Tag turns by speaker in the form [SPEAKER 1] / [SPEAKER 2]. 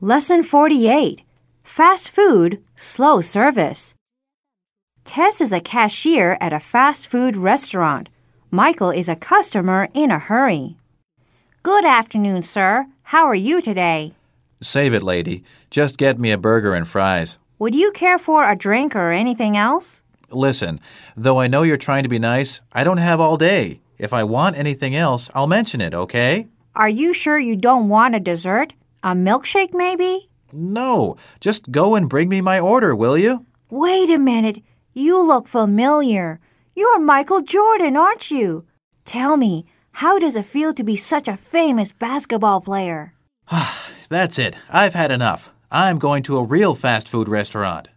[SPEAKER 1] Lesson 48 Fast Food, Slow Service. Tess is a cashier at a fast food restaurant. Michael is a customer in a hurry. Good afternoon, sir. How are you today?
[SPEAKER 2] Save it, lady. Just get me a burger and fries.
[SPEAKER 1] Would you care for a drink or anything else?
[SPEAKER 2] Listen, though I know you're trying to be nice, I don't have all day. If I want anything else, I'll mention it, okay?
[SPEAKER 1] Are you sure you don't want a dessert? A milkshake, maybe?
[SPEAKER 2] No, just go and bring me my order, will you?
[SPEAKER 1] Wait a minute. You look familiar. You're Michael Jordan, aren't you? Tell me, how does it feel to be such a famous basketball player?
[SPEAKER 2] That's it. I've had enough. I'm going to a real fast food restaurant.